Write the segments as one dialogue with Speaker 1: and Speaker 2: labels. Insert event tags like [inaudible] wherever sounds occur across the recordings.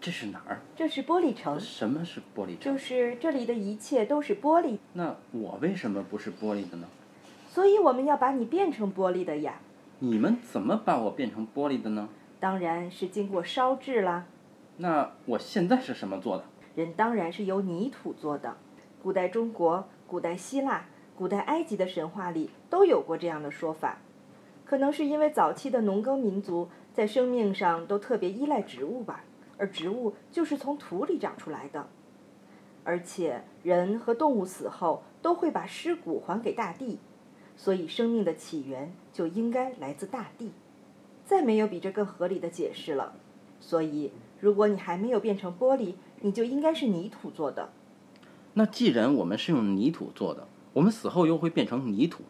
Speaker 1: 这是哪儿？
Speaker 2: 这是玻璃城，
Speaker 1: 什么是玻璃城？
Speaker 2: 就是这里的一切都是玻璃，
Speaker 1: 那我为什么不是玻璃的呢？
Speaker 2: 所以我们要把你变成玻璃的呀。
Speaker 1: 你们怎么把我变成玻璃的呢？
Speaker 2: 当然是经过烧制啦，
Speaker 1: 那我现在是什么做的？
Speaker 2: 人当然是由泥土做的。古代中国、古代希腊、古代埃及的神话里都有过这样的说法，可能是因为早期的农耕民族在生命上都特别依赖植物吧，而植物就是从土里长出来的。而且人和动物死后都会把尸骨还给大地，所以生命的起源就应该来自大地。再没有比这更合理的解释了。所以，如果你还没有变成玻璃，你就应该是泥土做的。
Speaker 1: 那既然我们是用泥土做的，我们死后又会变成泥土，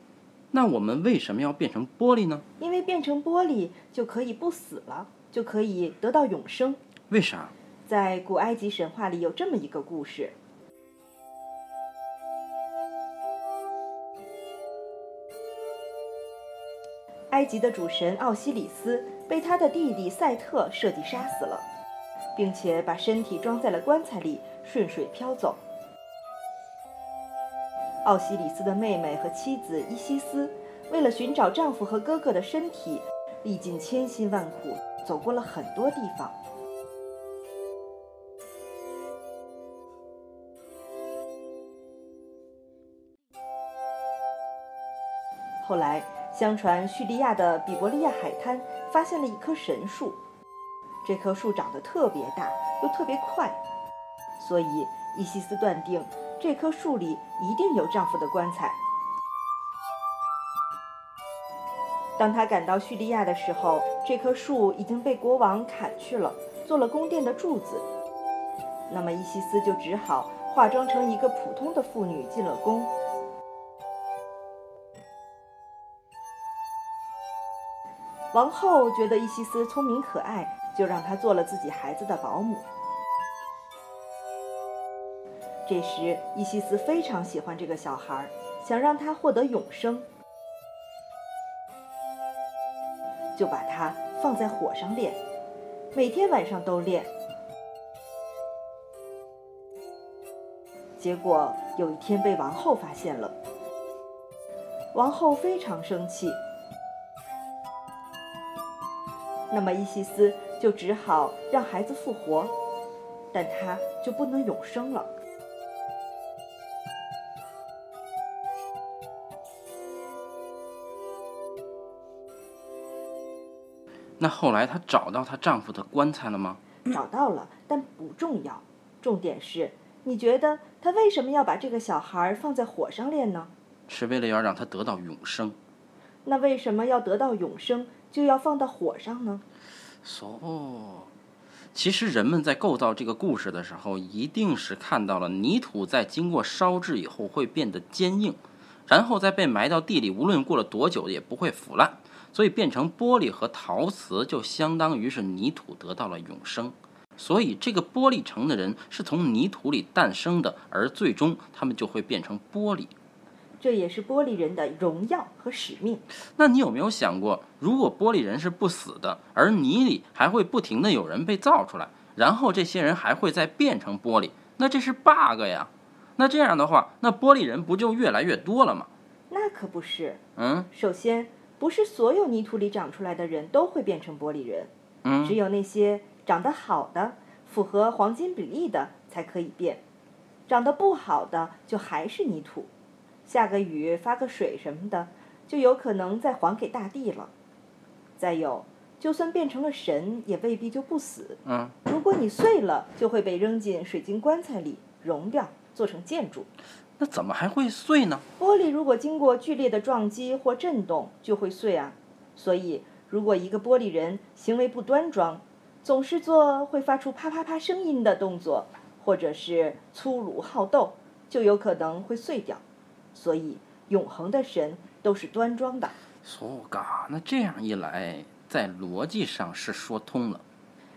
Speaker 1: 那我们为什么要变成玻璃呢？
Speaker 2: 因为变成玻璃就可以不死了，就可以得到永生。
Speaker 1: 为啥？
Speaker 2: 在古埃及神话里有这么一个故事：埃及的主神奥西里斯被他的弟弟赛特设计杀死了，并且把身体装在了棺材里，顺水漂走。奥西里斯的妹妹和妻子伊西斯，为了寻找丈夫和哥哥的身体，历尽千辛万苦，走过了很多地方。后来，相传叙利亚的比伯利亚海滩发现了一棵神树，这棵树长得特别大，又特别快，所以伊西斯断定这棵树里一定有丈夫的棺材。当她赶到叙利亚的时候，这棵树已经被国王砍去了，做了宫殿的柱子。那么伊西斯就只好化妆成一个普通的妇女进了宫。王后觉得伊西斯聪明可爱，就让她做了自己孩子的保姆。这时，伊西斯非常喜欢这个小孩儿，想让他获得永生，就把他放在火上炼，每天晚上都炼。结果有一天被王后发现了，王后非常生气，那么伊西斯就只好让孩子复活，但他就不能永生了。
Speaker 1: 那后来她找到她丈夫的棺材了吗？
Speaker 2: 找到了，但不重要。重点是，你觉得他为什么要把这个小孩儿放在火上炼呢？
Speaker 1: 是为了要让她得到永生。
Speaker 2: 那为什么要得到永生，就要放到火上呢？
Speaker 1: 哦，其实人们在构造这个故事的时候，一定是看到了泥土在经过烧制以后会变得坚硬，然后再被埋到地里，无论过了多久也不会腐烂，所以变成玻璃和陶瓷就相当于是泥土得到了永生。所以这个玻璃城的人是从泥土里诞生的，而最终他们就会变成玻璃。
Speaker 2: 这也是玻璃人的荣耀和使命。
Speaker 1: 那你有没有想过，如果玻璃人是不死的，而泥里还会不停的有人被造出来，然后这些人还会再变成玻璃，那这是 bug 呀？那这样的话，那玻璃人不就越来越多了吗？
Speaker 2: 那可不是。
Speaker 1: 嗯
Speaker 2: 首先，不是所有泥土里长出来的人都会变成玻璃人，只
Speaker 1: 嗯，
Speaker 2: 有那些长得好的、符合黄金比例的才可以变，长得不好的就还是泥土，下个雨发个水什么的，就有可能再还给大地了。再有，就算变成了神，也未必就不死。
Speaker 1: 嗯，
Speaker 2: 如果你碎了，就会被扔进水晶棺材里熔掉，做成建筑。
Speaker 1: 那怎么还会碎呢？
Speaker 2: 玻璃如果经过剧烈的撞击或震动，就会碎啊。所以，如果一个玻璃人行为不端庄，总是做会发出啪啪啪声音的动作，或者是粗鲁好斗，就有可能会碎掉。所以，永恒的神都是端庄的。
Speaker 1: so 嘎，那这样一来，在逻辑上是说通了。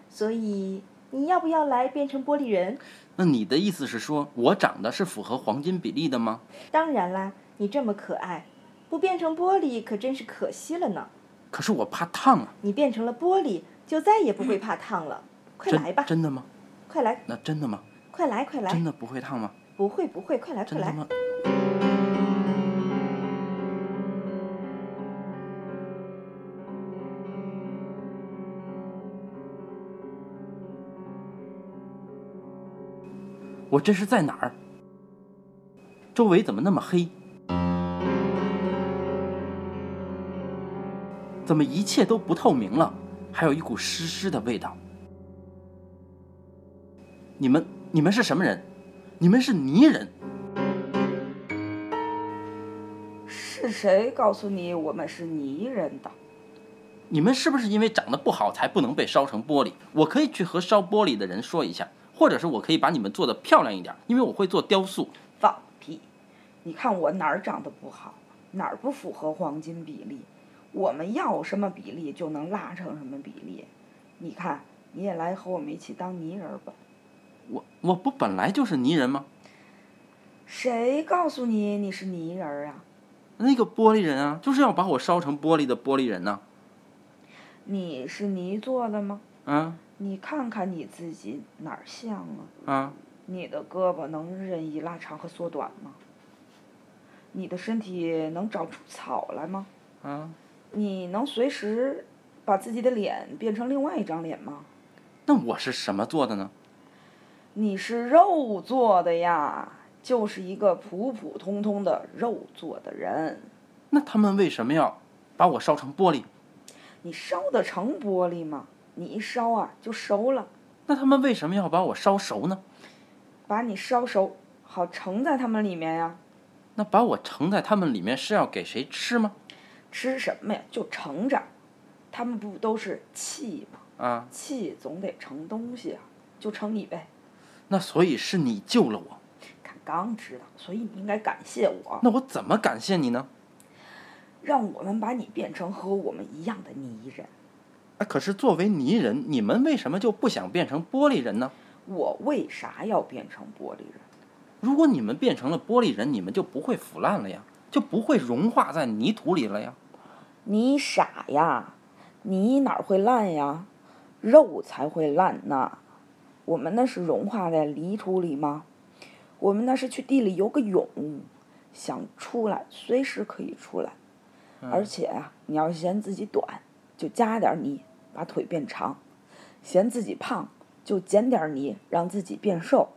Speaker 2: 所以，你要不要来变成玻璃人？
Speaker 1: 那你的意思是说我长得是符合黄金比例的吗？
Speaker 2: 当然啦，你这么可爱，不变成玻璃可真是可惜了呢。
Speaker 1: 可是我怕烫啊，
Speaker 2: 你变成了玻璃，就再也不会怕烫了。快
Speaker 1: 真
Speaker 2: 来吧！
Speaker 1: 真的吗？
Speaker 2: 快来，
Speaker 1: 那真的吗？
Speaker 2: 快来，快来！
Speaker 1: 真的不会烫吗？
Speaker 2: 不会，不会，快来，快
Speaker 1: 真的
Speaker 2: 来！
Speaker 1: 吗？我这是在哪儿？周围怎么那么黑？怎么一切都不透明了？还有一股湿湿的味道。你们，你们是什么人？你们是泥人。
Speaker 3: 是谁告诉你我们是泥人的？
Speaker 1: 你们是不是因为长得不好才不能被烧成玻璃？我可以去和烧玻璃的人说一下，或者是我可以把你们做的漂亮一点，因为我会做雕塑。
Speaker 3: 放屁！你看我哪儿长得不好，哪儿不符合黄金比例？我们要什么比例就能拉成什么比例。你看，你也来和我们一起当泥人吧。
Speaker 1: 我我不本来就是泥人吗？
Speaker 3: 谁告诉你你是泥人儿啊？
Speaker 1: 那个玻璃人啊，就是要把我烧成玻璃的玻璃人呐、
Speaker 3: 你是泥做的吗？
Speaker 1: 啊，
Speaker 3: 你看看你自己哪儿像啊？
Speaker 1: 啊啊！
Speaker 3: 你的胳膊能任意拉长和缩短吗？你的身体能长出草来吗？
Speaker 1: 啊
Speaker 3: 你能随时把自己的脸变成另外一张脸吗？
Speaker 1: 那我是什么做的呢？
Speaker 3: 你是肉做的呀，就是一个普普通通的肉做的人。
Speaker 1: 那他们为什么要把我烧成玻璃？
Speaker 3: 你烧得成玻璃吗？你一烧啊就熟了，
Speaker 1: 那他们为什么要把我烧熟呢？
Speaker 3: 把你烧熟，好盛在它们里面呀。
Speaker 1: 那把我盛在他们里面是要给谁吃吗？
Speaker 3: 吃什么呀？就盛着，它们不都是气吗？
Speaker 1: 啊，
Speaker 3: 气总得盛东西啊，就盛你呗。
Speaker 1: 那所以是你救了我，
Speaker 3: 看刚知道，所以你应该感谢我，
Speaker 1: 那我怎么感谢你呢？
Speaker 3: 让我们把你变成和我们一样的泥人。
Speaker 1: 啊，可是作为泥人，你们为什么就不想变成玻璃人呢？
Speaker 3: 我为啥要变成玻璃人？
Speaker 1: 如果你们变成了玻璃人，你们就不会腐烂了呀，就不会融化在泥土里了呀。
Speaker 3: 你傻呀，泥哪儿会烂呀？肉才会烂呐。我们那是融化在泥土里吗？我们那是去地里游个泳，想出来随时可以出来。而且啊，你要嫌自己短，就加点泥，把腿变长；嫌自己胖，就减点泥，让自己变瘦。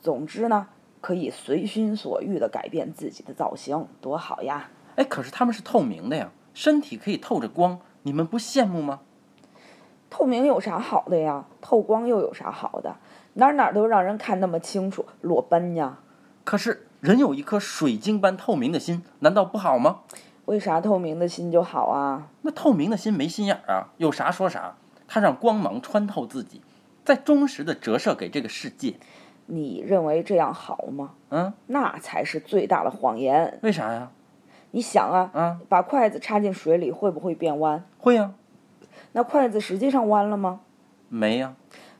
Speaker 3: 总之呢，可以随心所欲地改变自己的造型，多好呀！
Speaker 1: 哎，可是他们是透明的呀，身体可以透着光，你们不羡慕吗？
Speaker 3: 透明有啥好的呀？透光又有啥好的？哪儿哪儿都让人看那么清楚，裸奔呀？
Speaker 1: 可是人有一颗水晶般透明的心，难道不好吗？
Speaker 3: 为啥透明的心就好啊？
Speaker 1: 那透明的心没心眼儿啊，有啥说啥，它让光芒穿透自己，再忠实的折射给这个世界。
Speaker 3: 你认为这样好吗？
Speaker 1: 嗯，
Speaker 3: 那才是最大的谎言。
Speaker 1: 为啥呀？
Speaker 3: 你想啊，
Speaker 1: 啊，
Speaker 3: 把筷子插进水里会不会变弯？
Speaker 1: 会呀、
Speaker 3: 那筷子实际上弯了吗？
Speaker 1: 没呀、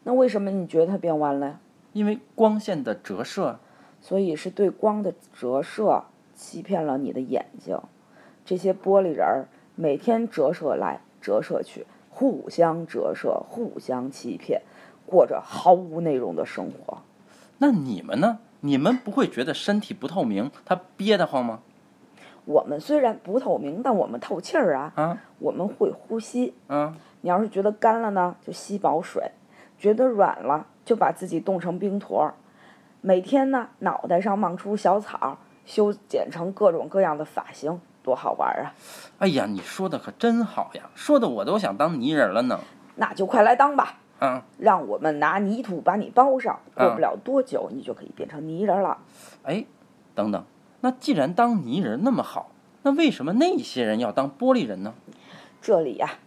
Speaker 3: 那为什么你觉得它变弯了呀？
Speaker 1: 因为光线的折射啊
Speaker 3: 所以是对光的折射欺骗了你的眼睛。这些玻璃人儿每天折射来折射去，互相折射，互相欺骗，过着毫无内容的生活。
Speaker 1: 那你们呢？你们不会觉得身体不透明，它憋得慌吗？
Speaker 3: 我们虽然不透明，但我们透气儿啊，
Speaker 1: 啊
Speaker 3: 我们会呼吸。
Speaker 1: 啊！
Speaker 3: 你要是觉得干了呢，就吸饱水；觉得软了，就把自己冻成冰坨儿。每天呢，脑袋上冒出小草儿，修剪成各种各样的发型，多好玩儿啊！
Speaker 1: 哎呀，你说的可真好呀，说的我都想当泥人了呢。
Speaker 3: 那就快来当吧，
Speaker 1: 啊，
Speaker 3: 让我们拿泥土把你包上，
Speaker 1: 嗯
Speaker 3: 过不了多久你就可以变成泥人了。
Speaker 1: 哎，等等，那既然当泥人那么好，那为什么那些人要当玻璃人呢？
Speaker 3: 这里呀、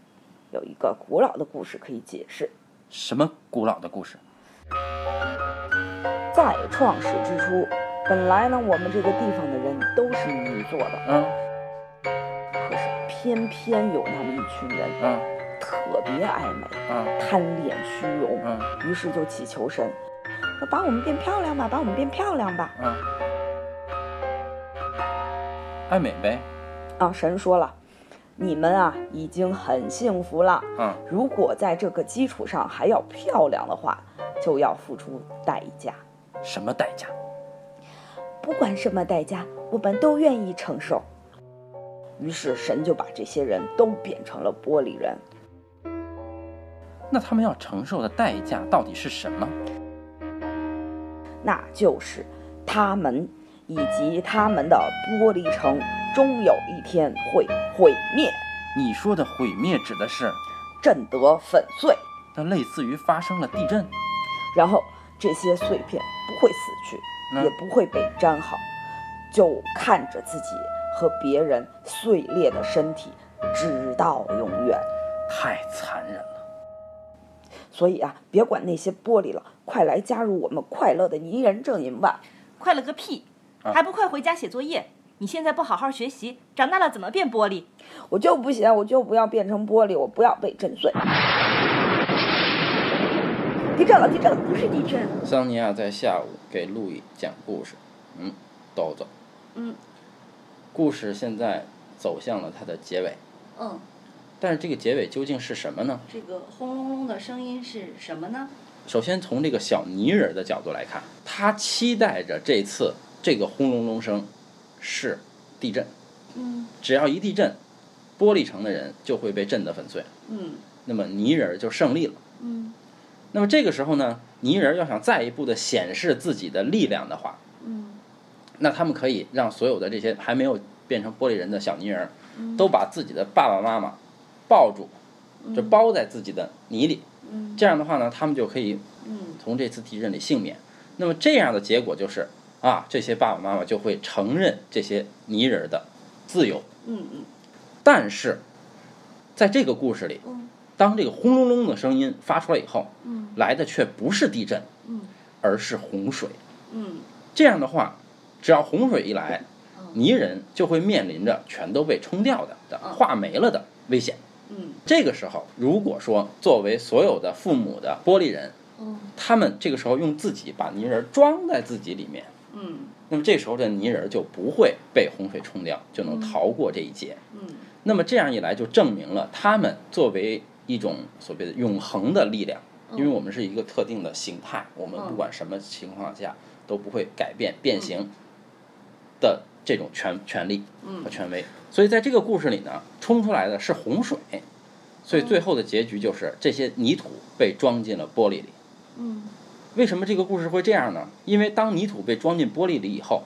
Speaker 3: 有一个古老的故事可以解释。
Speaker 1: 什么古老的故事？
Speaker 3: 在创始之初，本来呢，我们这个地方的人都是泥做的，
Speaker 1: 嗯
Speaker 3: 可是偏偏有那么一群人
Speaker 1: 嗯
Speaker 3: 特别爱美，
Speaker 1: 嗯
Speaker 3: 贪恋虚荣，
Speaker 1: 嗯
Speaker 3: 于是就祈求神，说把我们变漂亮吧，把我们变漂亮吧。
Speaker 1: 嗯，爱美呗。
Speaker 3: 啊，神说了，你们啊已经很幸福了。
Speaker 1: 嗯
Speaker 3: 如果在这个基础上还要漂亮的话，就要付出代价。
Speaker 1: 什么代价？
Speaker 3: 不管什么代价，我们都愿意承受。于是神就把这些人都变成了玻璃人。
Speaker 1: 那他们要承受的代价到底是什么？
Speaker 3: 那就是他们以及他们的玻璃城，终有一天会毁灭，
Speaker 1: 你说的毁灭指的是，
Speaker 3: 震得粉碎，
Speaker 1: 那类似于发生了地震，
Speaker 3: 然后这些碎片不会死去，
Speaker 1: 那
Speaker 3: 也不会被粘好，就看着自己和别人碎裂的身体，直到永远。
Speaker 1: 太残忍了。
Speaker 3: 所以啊，别管那些玻璃了，快来加入我们快乐的泥人阵营吧！
Speaker 4: 快乐个屁！
Speaker 1: 啊
Speaker 4: 还不快回家写作业！你现在不好好学习，长大了怎么变玻璃？
Speaker 3: 我就不行，我就不要变成玻璃，我不要被震碎。地震了，地震了！
Speaker 4: 不是地震，
Speaker 1: 桑尼亚在下午给路易讲故事，嗯，豆豆，
Speaker 4: 嗯，
Speaker 1: 故事现在走向了它的结尾，
Speaker 4: 嗯，
Speaker 1: 但是这个结尾究竟是什么呢？
Speaker 4: 这个轰隆隆的声音是什么呢？
Speaker 1: 首先从这个小泥人儿的角度来看，他期待着这次这个轰隆隆声是地震，
Speaker 4: 嗯
Speaker 1: 只要一地震，玻璃城的人就会被震得粉碎，
Speaker 4: 嗯
Speaker 1: 那么泥人儿就胜利了。
Speaker 4: 嗯
Speaker 1: 那么这个时候呢，泥人儿要想再一步的显示自己的力量的话，
Speaker 4: 嗯
Speaker 1: 那他们可以让所有的这些还没有变成玻璃人的小泥人儿，
Speaker 4: 嗯
Speaker 1: 都把自己的爸爸妈妈抱住，就包在自己的泥里。
Speaker 4: 嗯
Speaker 1: 这样的话呢，他们就可以
Speaker 4: 嗯
Speaker 1: 从这次地震里幸免。那么这样的结果就是啊，这些爸爸妈妈就会承认这些泥人的自由。
Speaker 4: 嗯嗯
Speaker 1: 但是，在这个故事里，
Speaker 4: 嗯
Speaker 1: 当这个轰隆隆的声音发出来以后，
Speaker 4: 嗯
Speaker 1: 来的却不是地震，
Speaker 4: 嗯
Speaker 1: 而是洪水。
Speaker 4: 嗯
Speaker 1: 这样的话，只要洪水一来，泥人就会面临着全都被冲掉的、的
Speaker 4: 嗯
Speaker 1: 化没了的危险。
Speaker 4: 嗯
Speaker 1: 这个时候，如果说作为所有的父母的玻璃人，
Speaker 4: 嗯
Speaker 1: 他们这个时候用自己把泥人装在自己里面，
Speaker 4: 嗯
Speaker 1: 那么这时候的泥人就不会被洪水冲掉，就能逃过这一劫。
Speaker 4: 嗯
Speaker 1: 那么这样一来，就证明了他们作为一种所谓的永恒的力量，因为我们是一个特定的形态，我们
Speaker 4: 嗯
Speaker 1: 不管什么情况下都不会改变变形的这种权权利
Speaker 4: 嗯
Speaker 1: 和权威。所以在这个故事里呢，冲出来的是洪水，所以
Speaker 4: 嗯
Speaker 1: 最后的结局就是这些泥土被装进了玻璃里。
Speaker 4: 嗯
Speaker 1: 为什么这个故事会这样呢？因为当泥土被装进玻璃里以后，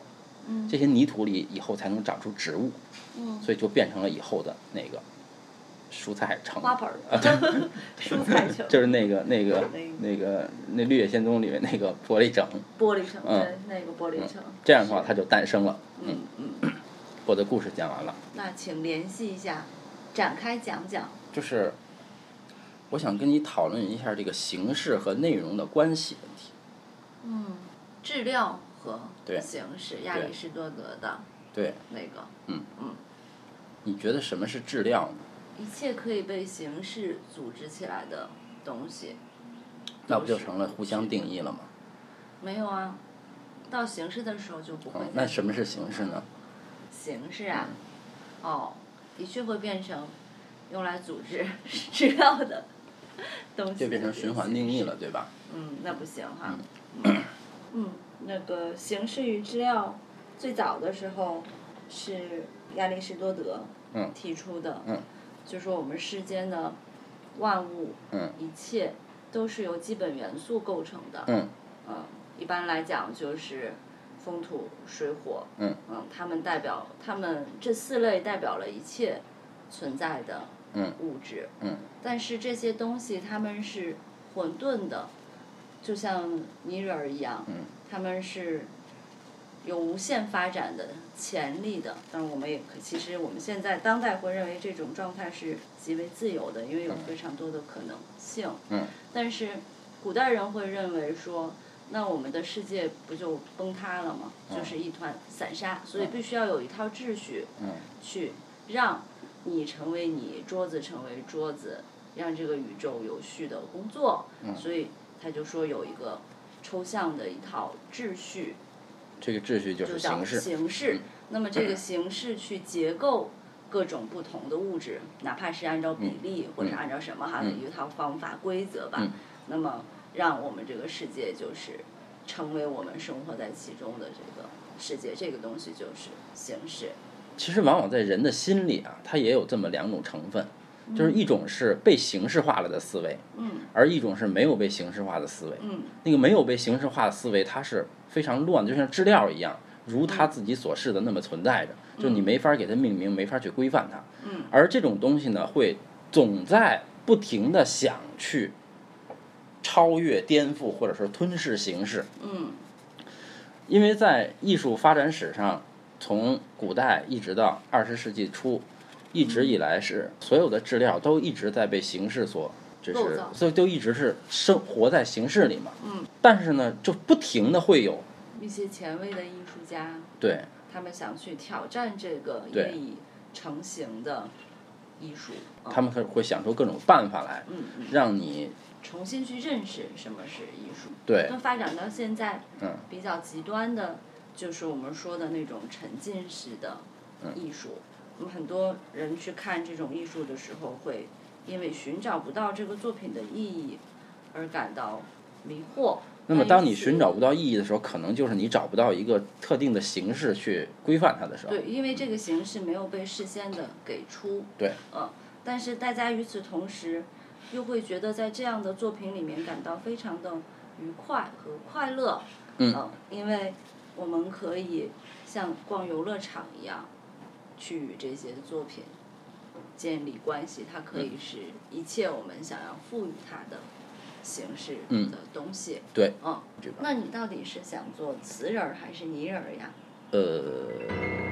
Speaker 4: 嗯
Speaker 1: 这些泥土里以后才能长出植物，
Speaker 4: 嗯，
Speaker 1: 所以就变成了以后的那个蔬菜城，
Speaker 2: 花盆
Speaker 1: 啊
Speaker 2: 儿， [laughs]
Speaker 1: [laughs]
Speaker 2: 蔬菜球，
Speaker 1: 就是那个那个
Speaker 2: 那个
Speaker 1: 那个那《绿野仙踪》里面那个玻璃城。
Speaker 2: 玻璃城，
Speaker 1: 嗯
Speaker 2: 对，那个玻璃城。
Speaker 1: 这样的话，它就诞生了。嗯，
Speaker 2: 嗯嗯，
Speaker 1: 我的故事讲完了，
Speaker 2: 那请联系一下，展开讲讲。
Speaker 1: 就是我想跟你讨论一下这个形式和内容的关系问题。
Speaker 2: 嗯，质量和
Speaker 1: 对
Speaker 2: 形式，亚里士多德的
Speaker 1: 对，
Speaker 2: 那个，
Speaker 1: 你觉得什么是质量呢？
Speaker 2: 一切可以被形式组织起来的东西，
Speaker 1: 那不就成了互相定义了吗？
Speaker 2: 没有啊。到形式的时候就不会
Speaker 1: 嗯
Speaker 2: 再、，
Speaker 1: 那什么是形式呢？
Speaker 2: 形式啊？
Speaker 1: 嗯
Speaker 2: 哦，的确会变成用来组织 [laughs] 质量的东西，
Speaker 1: 就变成循环定义了，。对吧？
Speaker 2: 嗯，那不行哈。嗯，那个形式与质量，最早的时候是亚里士多德
Speaker 1: 嗯
Speaker 2: 提出的，
Speaker 1: 嗯
Speaker 2: 就说我们世间的万物
Speaker 1: 嗯
Speaker 2: 一切都是由基本元素构成的。
Speaker 1: 嗯
Speaker 2: 嗯，一般来讲就是风土水火。
Speaker 1: 嗯
Speaker 2: 嗯，它们代表它们这四类代表了一切存在的
Speaker 1: 嗯
Speaker 2: 物质。
Speaker 1: 嗯
Speaker 2: 但是这些东西它们是混沌的，就像泥人儿一样，
Speaker 1: 嗯
Speaker 2: 它们是有无限发展的潜力的。但我们也可，其实我们现在当代会认为这种状态是极为自由的，因为有非常多的可能性。
Speaker 1: 嗯
Speaker 2: 但是古代人会认为说，那我们的世界不就崩塌了吗？就是一团散沙，所以必须要有一套秩序。
Speaker 1: 嗯
Speaker 2: 去让你成为你，桌子成为桌子，让这个宇宙有序的工作。
Speaker 1: 嗯
Speaker 2: 所以他就说有一个抽象的一套秩序，
Speaker 1: 这个秩序就
Speaker 2: 就是叫
Speaker 1: 形式。嗯
Speaker 2: 那么这个形式去结构各种不同的物质，哪怕是按照比例、或者按照什么哈的一套方法规则吧。
Speaker 1: 嗯嗯
Speaker 2: 那么让我们这个世界就是成为我们生活在其中的这个世界，这个东西就是形式。
Speaker 1: 其实往往在人的心里啊，它也有这么两种成分，就是一种是被形式化了的思维，
Speaker 2: 嗯
Speaker 1: 而一种是没有被形式化的思维。
Speaker 2: 嗯
Speaker 1: 那个没有被形式化的思维，它是非常乱的，就像知了一样，如
Speaker 2: 嗯
Speaker 1: 它自己所示的那么存在着，就你没法给它命名，没法去规范它。
Speaker 2: 嗯
Speaker 1: 而这种东西呢，会总在不停的想去超越、颠覆，或者说吞噬形式。
Speaker 2: 嗯
Speaker 1: 因为在艺术发展史上，从古代一直到二十世纪初，一直
Speaker 2: 嗯
Speaker 1: 以来是所有的质料都一直在被形式所，就
Speaker 2: 构
Speaker 1: 是
Speaker 2: 造
Speaker 1: 所以就一直是生活在形式里嘛。
Speaker 2: 嗯。
Speaker 1: 但是呢，就不停的会有
Speaker 2: 一些前卫的艺术家，
Speaker 1: 对
Speaker 2: 他们想去挑战这个
Speaker 1: 对
Speaker 2: 业已成型的艺术，嗯
Speaker 1: 他们会会想出各种办法来，
Speaker 2: 嗯嗯，
Speaker 1: 让你
Speaker 2: 重新去认识什么是艺术。
Speaker 1: 对
Speaker 2: 那发展到现在，
Speaker 1: 嗯，
Speaker 2: 比较极端的，就是我们说的那种沉浸式的
Speaker 1: 嗯
Speaker 2: 艺术。我们很多人去看这种艺术的时候，会因为寻找不到这个作品的意义而感到迷惑。
Speaker 1: 那么，当你
Speaker 2: 但是
Speaker 1: 寻找不到意义的时候，可能就是你找不到一个特定的形式去规范它的时候。
Speaker 2: 对，因为这个形式没有被事先的给出。
Speaker 1: 对。
Speaker 2: 呃，但是大家与此同时，又会觉得在这样的作品里面感到非常的愉快和快乐。
Speaker 1: 嗯
Speaker 2: 呃因为我们可以像逛游乐场一样，去与这些作品建立关系，它可
Speaker 1: 嗯
Speaker 2: 以是一切我们想要赋予它的形式
Speaker 1: 嗯
Speaker 2: 的东西。
Speaker 1: 对。
Speaker 2: 嗯，那你到底是想做词人儿还是泥人儿呀？
Speaker 1: 呃，